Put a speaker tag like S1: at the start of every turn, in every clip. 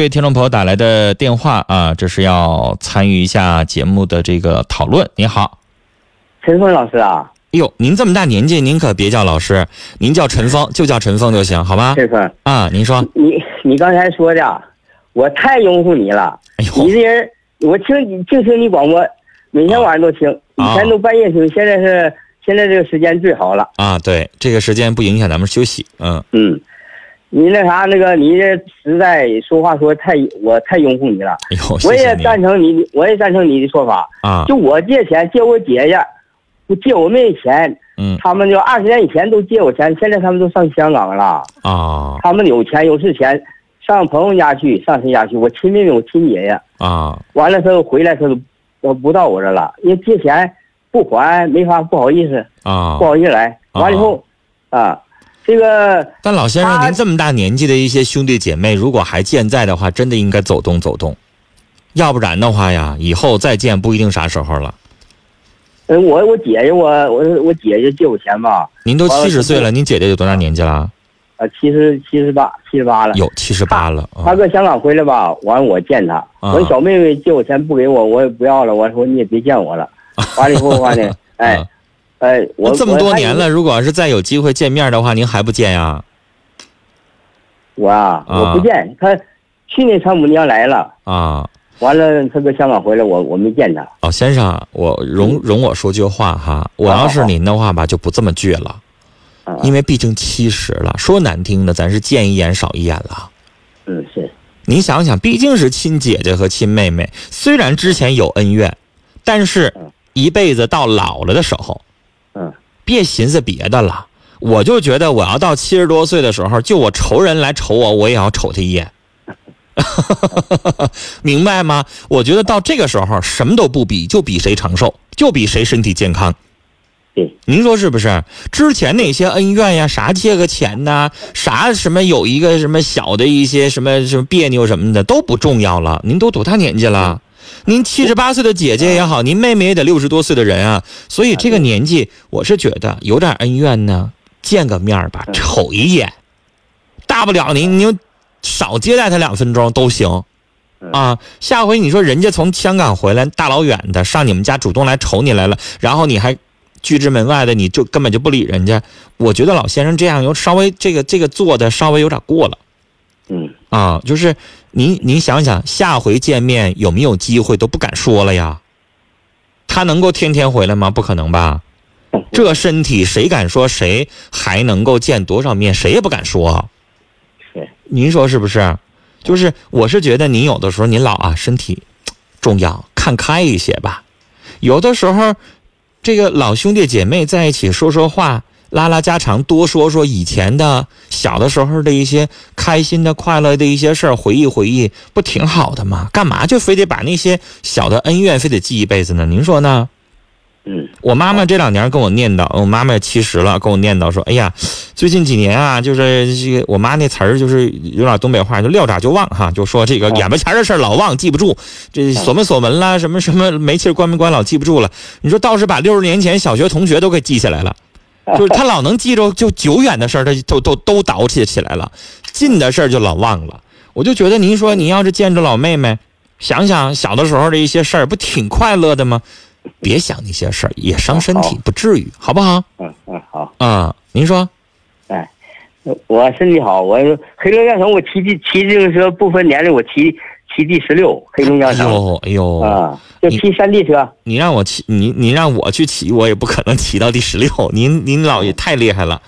S1: 各位听众朋友打来的电话啊，这是要参与一下节目的这个讨论。您好，
S2: 陈峰老师啊，
S1: 哎呦，您这么大年纪，您可别叫老师，您叫陈峰，就叫陈峰就行，好吧？
S2: 陈峰，
S1: 啊，您说，
S2: 你你刚才说的，啊我太拥护你了。
S1: 哎
S2: 你
S1: 呦，
S2: 这人，我听你就听你广播，每天晚上都听，
S1: 啊
S2: 以前都半夜听，现在是现在这个时间最好了。
S1: 啊，对，这个时间不影响咱们休息，嗯，
S2: 嗯，你那啥那个，你这实在说话说太，我太拥护你了。
S1: 哎呦，
S2: 我
S1: 谢谢
S2: 也
S1: 您
S2: 赞成你，我也赞成你的说法。
S1: 啊，
S2: 就我借钱，借我姐姐，不借我妹钱，
S1: 嗯
S2: 他们就二十年以前都借我钱，现在他们都上香港了。
S1: 啊
S2: 他们有钱有是钱，上朋友家去，上谁家去？我亲妹妹，我亲爷爷，
S1: 啊，
S2: 完了之后回来，他都都不到我这了，因为借钱不还，没法不好意思，
S1: 啊
S2: 不，好意思来。
S1: 啊
S2: 完了以后，啊，这个
S1: 但老先生，
S2: 他
S1: 您这么大年纪的一些兄弟姐妹，如果还健在的话，真的应该走动走动，要不然的话呀，以后再见不一定啥时候了。
S2: 呃我我姐姐，我我我姐姐借我钱吧，
S1: 您都
S2: 完了
S1: 七十岁
S2: 就是
S1: 了，您姐姐有多大年纪了？
S2: 呃，七十七十八七十八了。
S1: 有七十八了啊
S2: 她搁香港回来吧，完我见她，
S1: 啊
S2: 我小妹妹借我钱不给我，我也不要了，我说你也别见我了。完了以后 完了，哎
S1: 啊，
S2: 哎，我
S1: 那这么
S2: 我
S1: 多
S2: 还
S1: 年
S2: 以为
S1: 了，如果要是再有机会见面的话，您还不见啊呀？
S2: 我啊，
S1: 啊
S2: 我不见他，去年他母娘来了，
S1: 啊，
S2: 完了他搁香港回来，我我没见他。
S1: 老先生，我容
S2: 嗯
S1: 容我说句话哈，我要是您的话吧，就不这么倔了，
S2: 啊，
S1: 因为毕竟七十了，说难听的，咱是见一眼少一眼了。
S2: 嗯是，
S1: 您想想，毕竟是亲姐姐和亲妹妹，虽然之前有恩怨，但是
S2: 嗯
S1: 一辈子到老了的时候，
S2: 嗯，
S1: 别寻思别的了。我就觉得我要到七十多岁的时候，就我仇人来瞅我，我也要瞅他一眼， 明白吗？我觉得到这个时候，什么都不比，就比谁长寿，就比谁身体健康。
S2: 对，
S1: 您说是不是？之前那些恩怨呀，啥借个钱呐、啥什么有一个什么小的一些什么什么别扭什么的都不重要了。您都多大年纪了？您七十八岁的姐姐也好，您妹妹也得六十多岁的人啊。所以这个年纪，我是觉得有点恩怨呢，见个面儿吧，
S2: 嗯
S1: 瞅一眼，大不了您您少接待他两分钟都行。
S2: 嗯
S1: 啊，下回你说人家从香港回来，大老远的上你们家主动来瞅你来了，然后你还拒之门外的，你就根本就不理人家。我觉得老先生这样有稍微这个这个做的稍微有点过了
S2: 嗯
S1: 啊，就是您您想想，下回见面有没有机会都不敢说了呀。他能够天天回来吗？不可能吧。
S2: 嗯
S1: 这身体谁敢说谁还能够见多少面？谁也不敢说。
S2: 是
S1: 您说是不是？就是我是觉得您有的时候您老啊身体重要，看开一些吧。有的时候，这个老兄弟姐妹在一起说说话，拉拉家常，多说说以前的小的时候的一些开心的、快乐的一些事儿，回忆回忆，不挺好的吗？干嘛就非得把那些小的恩怨非得记一辈子呢？您说呢？
S2: 嗯
S1: 我妈妈这两年跟我念叨，嗯我妈妈七十了，跟我念叨说：“哎呀，最近几年啊，就是这个我妈那词儿就是有点东北话，就撂渣就忘哈，就说这个
S2: 嗯
S1: 眼巴前儿的事儿老忘，记不住，这锁没锁门啦，什么什么煤气关没关，老记不住了。你说倒是把六十年前小学同学都给记下来了。”就是他老能记住，就久远的事儿，他都都都倒起起来了，近的事儿就老忘了。我就觉得，您说您要是见着老妹妹，想想小的时候的一些事儿，不挺快乐的吗？别想那些事儿，也伤身体，不至于，好不好？
S2: 嗯嗯好，
S1: 啊、您说
S2: 我身体好，我黑龙江省我骑骑骑自行车不分年龄，我骑骑第十六，黑龙江
S1: 哎
S2: 省
S1: 呦哎啊呦，
S2: 啊，就骑山地车。
S1: 你让我骑，你你让我去骑，我也不可能骑到第十六。 您您老爷太厉害了，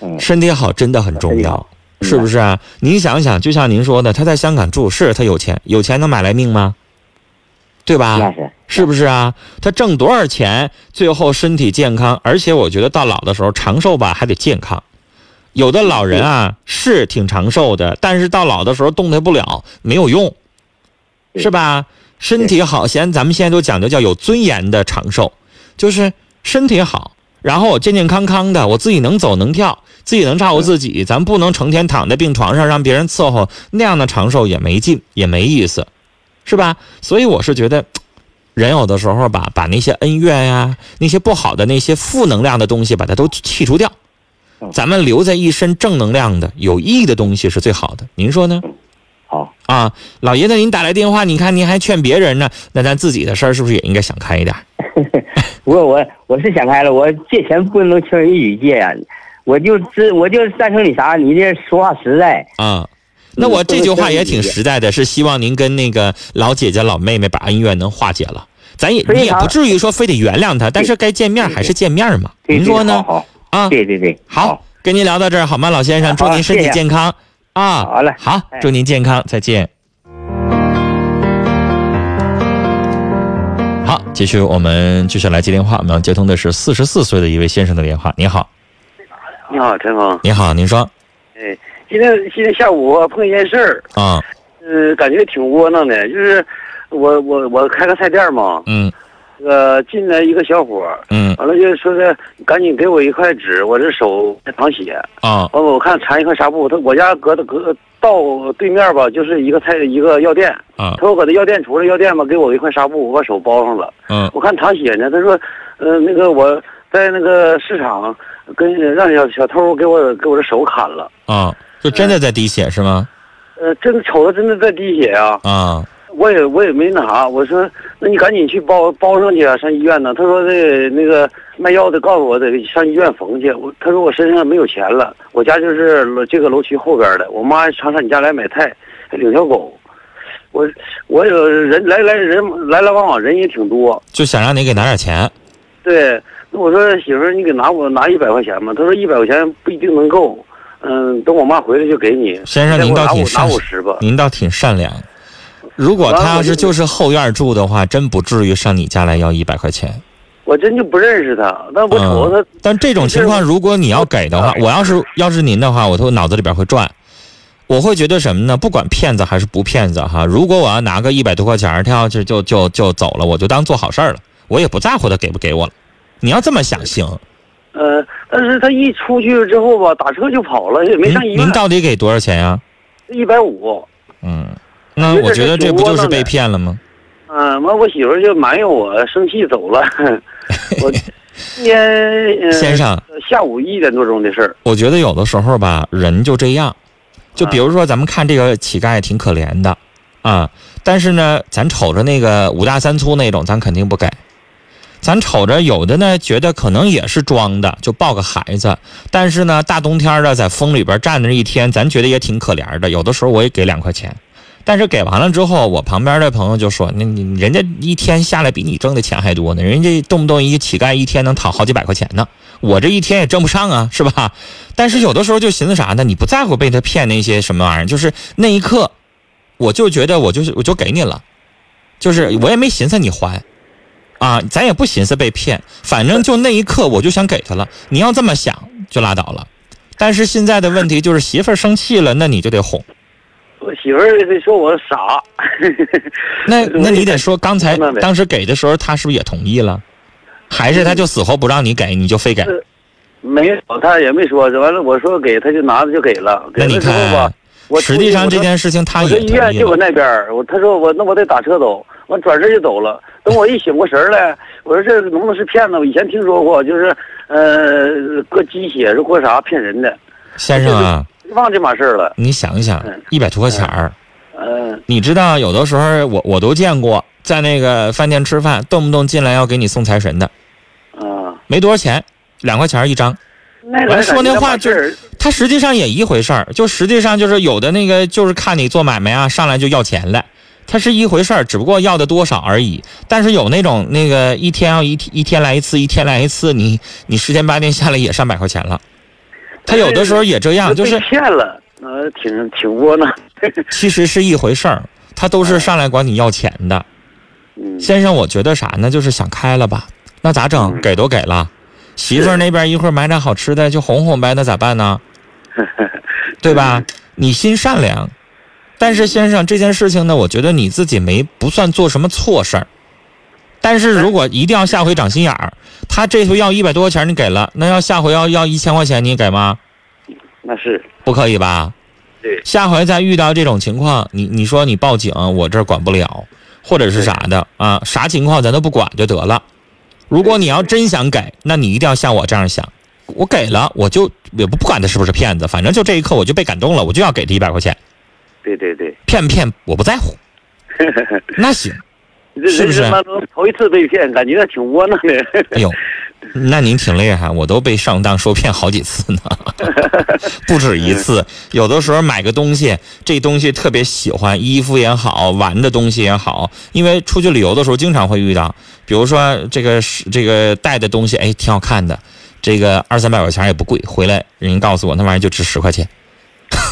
S2: 嗯
S1: 身体好真的很重要，
S2: 嗯
S1: 是不是啊？您想想，就像您说的，他在香港住，是他有钱，有钱能买来命吗？对吧？
S2: 那是
S1: 是不是啊？他挣多少钱，最后身体健康，而且我觉得到老的时候长寿吧，还得健康。有的老人啊是挺长寿的，但是到老的时候动弹不了，没有用，
S2: 对
S1: 是吧？身体好，现咱们现在都讲究叫有尊严的长寿，就是身体好，然后我健健康康的，我自己能走能跳，自己能照顾自己，咱不能成天躺在病床上让别人伺候，那样的长寿也没劲，也没意思，是吧？所以我是觉得，人有的时候吧，把那些恩怨呀、那些不好的、那些负能量的东西，把它都剔除掉
S2: 嗯，
S1: 咱们留在一身正能量的、有意义的东西是最好的。您说呢？
S3: 好，
S1: 啊，老爷子，您打来电话，你看您还劝别人呢，那咱自己的事儿是不是也应该想开一点？
S3: 不过我我是想开了，我借钱不能轻而易举借
S2: 啊
S3: 呀、我就知我就赞成你啥，你这说话实在。
S1: 啊，
S3: 嗯
S1: 那我这句话也挺实在的，是希望您跟那个老姐姐、老妹妹把恩怨能化解了。咱也
S3: 非常
S1: 你也不至于说非得原谅她，但是该见面还是见面嘛。
S3: 对
S1: 您说呢？
S3: 好
S1: 啊
S3: 好，，对对对，
S1: 好，跟您聊到这儿好吗，老先生？祝
S3: 好
S1: 您身
S3: 谢
S1: 体
S3: 谢
S1: 健康啊！
S3: 好嘞
S1: 好
S3: 哎，
S1: 祝您健康，再见。好，继续我们继续来接电话，我们要接通的是四十四岁的一位先生的电话。你好，
S2: 你好，陈峰。
S1: 你好，您说
S2: 哎，今天今天下午我碰一件事儿，
S1: 啊，
S2: 呃，感觉挺窝囊的。就是我我我开个菜店嘛，
S1: 嗯
S2: 呃，进来一个小伙儿，
S1: 嗯
S2: 完了就说的赶紧给我一块纸，我这手在淌血。
S1: 啊
S2: 完了我看缠一块纱布，他我家隔的隔到对面吧，就是一个菜一个药店。
S1: 啊
S2: 他说我搁那药店出来，药店吧给我一块纱布，我把手包上了。
S1: 嗯
S2: 我看淌血呢，他说，呃，那个我在那个市场跟让小小偷给我给我这手砍了。
S1: 啊，就真的在滴血是吗？
S2: 呃，真的瞅着真的在滴血啊！
S1: 啊
S2: 我也我也没那啥，我说那你赶紧去包包上去啊，上医院呢。他说那那个卖药的告诉我得上医院缝去。我他说我身上没有钱了，我家就是楼这个楼区后边的，我妈常上你家来买菜，还领条狗。我我有人来来人来来往往人也挺多，
S1: 就想让你给拿点钱
S2: 对，那我说媳妇儿，你给拿我拿一百块钱吧。他说一百块钱不一定能够，嗯，等我妈回来就给你。
S1: 先生您倒
S2: 拿
S1: 挺
S2: 五拿
S1: 善
S2: 五十吧。
S1: 您倒挺善良。如果他要是就是后院住的话，真不至于上你家来要一百块钱。
S2: 我真就不认识他，但我瞅着他，
S1: 嗯但这种情况，如果你要给的话，我要是要是您的话，我头脑子里边会转，我会觉得什么呢？不管骗子还是不骗子哈，如果我要拿个一百多块钱儿，他要是就就就走了，我就当做好事儿了，我也不在乎他给不给我了。你要这么想行，
S2: 呃，但是他一出去之后吧，打车就跑了，也没
S1: 您
S2: 上医院
S1: 您，到底给多少钱呀、
S2: 一百五。
S1: 嗯，那我觉得这不就是被骗了吗？
S2: 嗯，完我媳妇儿就埋怨我，生气 走了。我今天、呃、
S1: 先生，
S2: 下午一点多钟的事儿，
S1: 我觉得有的时候吧，人就这样。就比如说，咱们看这个乞丐挺可怜的，啊，但是呢，咱瞅着那个五大三粗那种，咱肯定不给。咱瞅着有的呢，觉得可能也是装的，就抱个孩子，但是呢，大冬天的在风里边站着一天，咱觉得也挺可怜的。有的时候我也给两块钱，但是给完了之后，我旁边的朋友就说：“那你人家一天下来比你挣的钱还多呢，人家动不动一个乞丐一天能讨好几百块钱呢，我这一天也挣不上啊，是吧？”但是有的时候就寻思啥呢？你不在乎被他骗那些什么玩意儿，就是那一刻，我就觉得我就是我就给你了，就是我也没寻思你还，啊，咱也不寻思被骗，反正就那一刻我就想给他了。你要这么想就拉倒了。但是现在的问题就是媳妇儿生气了，那你就得哄。
S2: 我媳妇儿说我傻。
S1: 那那你得说，刚才
S2: 明白没
S1: 当时给的时候，他是不是也同意了？还是他就死活不让你给，你就非
S2: 呃
S1: 给？
S2: 没有，他也没说。完了，我说给，他就拿着就给了。给
S1: 那你
S2: 了之后吧
S1: 看，，
S2: 我
S1: 实际上
S2: 出去
S1: 这
S2: 我说
S1: 件事情他
S2: 我这
S1: 也
S2: 医
S1: 同
S2: 院
S1: 意
S2: 就搁
S1: 了。
S2: 那边儿，我他说我那我得打车走，完转身就走了。等我一醒过神儿来，我说这能不能是骗子？我以前听说过，就是呃割鸡血是割啥骗人的，
S1: 先生啊，
S2: 忘这码事儿了。
S1: 你想一想
S2: 嗯，
S1: 一百多块钱儿，
S2: 嗯、
S1: 你知道有的时候我我都见过，在那个饭店吃饭，动不动进来要给你送财神的，
S2: 啊，
S1: 没多少钱，两块钱儿一张。
S2: 那
S1: 完
S2: 个
S1: 说那话就
S2: 事
S1: 他实际上也一回事儿，就实际上就是有的那个就是看你做买卖啊，上来就要钱来，他是一回事儿，只不过要的多少而已。但是有那种那个一天要一天一天来一次，一天来一次，你你十天八天下来也上百块钱了。他有的时候也这样，就是
S2: 被骗了，呃，挺挺窝囊。
S1: 其实是一回事儿，他都是上来管你要钱的。
S2: 嗯，
S1: 先生，我觉得啥呢？就是想开了吧？那咋整？
S2: 嗯
S1: 给都给了，媳妇儿那边一会儿买点好吃的就哄哄呗，那咋办 呢？对吧？你心善良，但是先生这件事情呢，我觉得你自己没不算做什么错事儿。但是如果一定要下回长心眼儿，他这回要一百多块钱你给了，那要下回要要一千块钱你给吗？
S2: 那是
S1: 不可以吧？
S2: 对
S1: 下回再遇到这种情况，你你说你报警，我这儿管不了，或者是啥的啊？啥情况咱都不管就得了。如果你要真想给，那你一定要像我这样想，我给了我就也不不管他是不是骗子，反正就这一刻我就被感动了，我就要给他一百块钱。
S2: 对对对，
S1: 骗不骗我不在乎。那行，
S2: 这
S1: 是不是
S2: 人生当中头一次被骗，感觉挺窝囊的。
S1: 哎呦，那您挺厉害，我都被上当受骗好几次呢，不止一次。有的时候买个东西，这东西特别喜欢，衣服也好，玩的东西也好，因为出去旅游的时候经常会遇到，比如说这个是这个带的东西，哎，挺好看的，这个二三百块钱也不贵，回来人告诉我那玩意儿就值十块钱，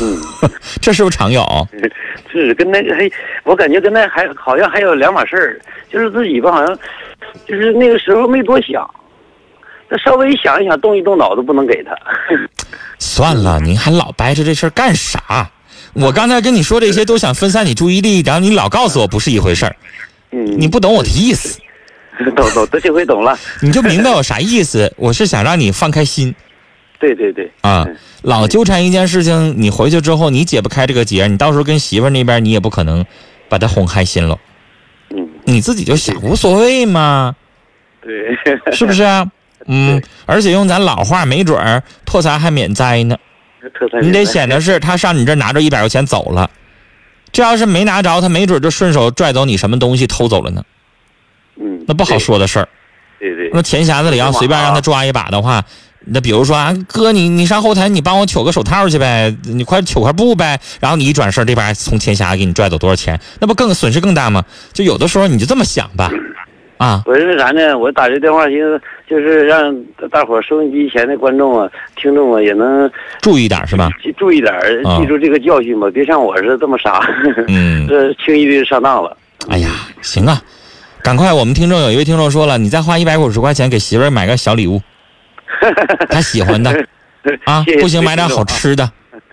S2: 嗯，
S1: 这是不是常有？
S2: 是跟那个还，我感觉跟那还好像还有两码事儿，就是自己吧，好像就是那个时候没多想，那稍微想一想，动一动脑子，不能给他。
S1: 算了，您还老掰扯这事儿干啥？我刚才跟你说这些都想分散你注意力，然后你老告诉我不是一回事儿，
S2: 嗯，
S1: 你不懂我的意思。
S2: 懂懂，这这回懂了。
S1: 你就明白我啥意思。我是想让你放开心
S2: 对对对，
S1: 啊
S2: 嗯，
S1: 老纠缠一件事情，你回去之后你解不开这个结，你到时候跟媳妇儿那边你也不可能把她哄开心了，
S2: 嗯，
S1: 你自己就想无所谓嘛，
S2: 对，
S1: 是不是啊？嗯，而且用咱老话，没准儿破财还免灾呢。
S2: 特三
S1: 你
S2: 人
S1: 得
S2: 来
S1: 显得是他上你这儿拿着一百块钱走了，这要是没拿着，他没准就顺手拽走你什么东西偷走了呢，
S2: 嗯，
S1: 那不好说的事儿。
S2: 对。对对，
S1: 那钱匣子里要随便让他抓一把的话，那比如说啊，哥你你上后台你帮我取个手套去呗，你快取块布呗，然后你一转身这边从钱匣给你拽走多少钱，那不更损失更大吗？就有的时候你就这么想吧，啊，
S2: 我是啥呢？我打这电话寻思就是让大伙儿收音机前的观众啊、听众啊也能
S1: 注意点是吧？
S2: 记注意点儿，
S1: 啊
S2: 记住这个教训吧，别像我是这么傻，
S1: 嗯，
S2: 这轻易的上当了。
S1: 哎呀，行啊，赶快，我们听众有一位听众说了，你再花一百五十块钱给媳妇儿买个小礼 物，她喜欢的啊
S2: 谢谢，
S1: 不行买点好吃的，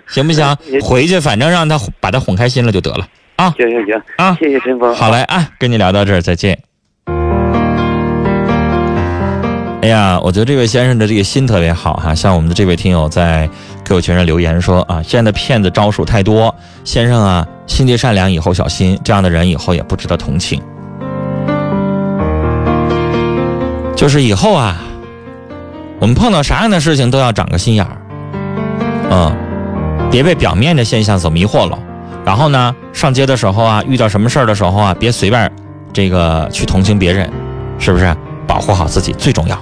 S1: 行不行
S2: 谢谢？
S1: 回去反正让她把她哄开心了就得了啊
S2: 行行行，
S1: 啊。
S2: 谢谢陈峰。
S1: 好嘞啊，跟你聊到这儿，再见。哎呀，我觉得这位先生的这个心特别好哈、像我们的这位听友在 QQ 群上留言说啊，现在的骗子招数太多，先生啊，心地善良以后小心，这样的人以后也不值得同情。就是以后啊，我们碰到啥样的事情都要长个心眼儿，嗯，别被表面的现象所迷惑了。然后呢，上街的时候啊，遇到什么事儿的时候啊，别随便这个去同情别人，是不是？保护好自己最重要。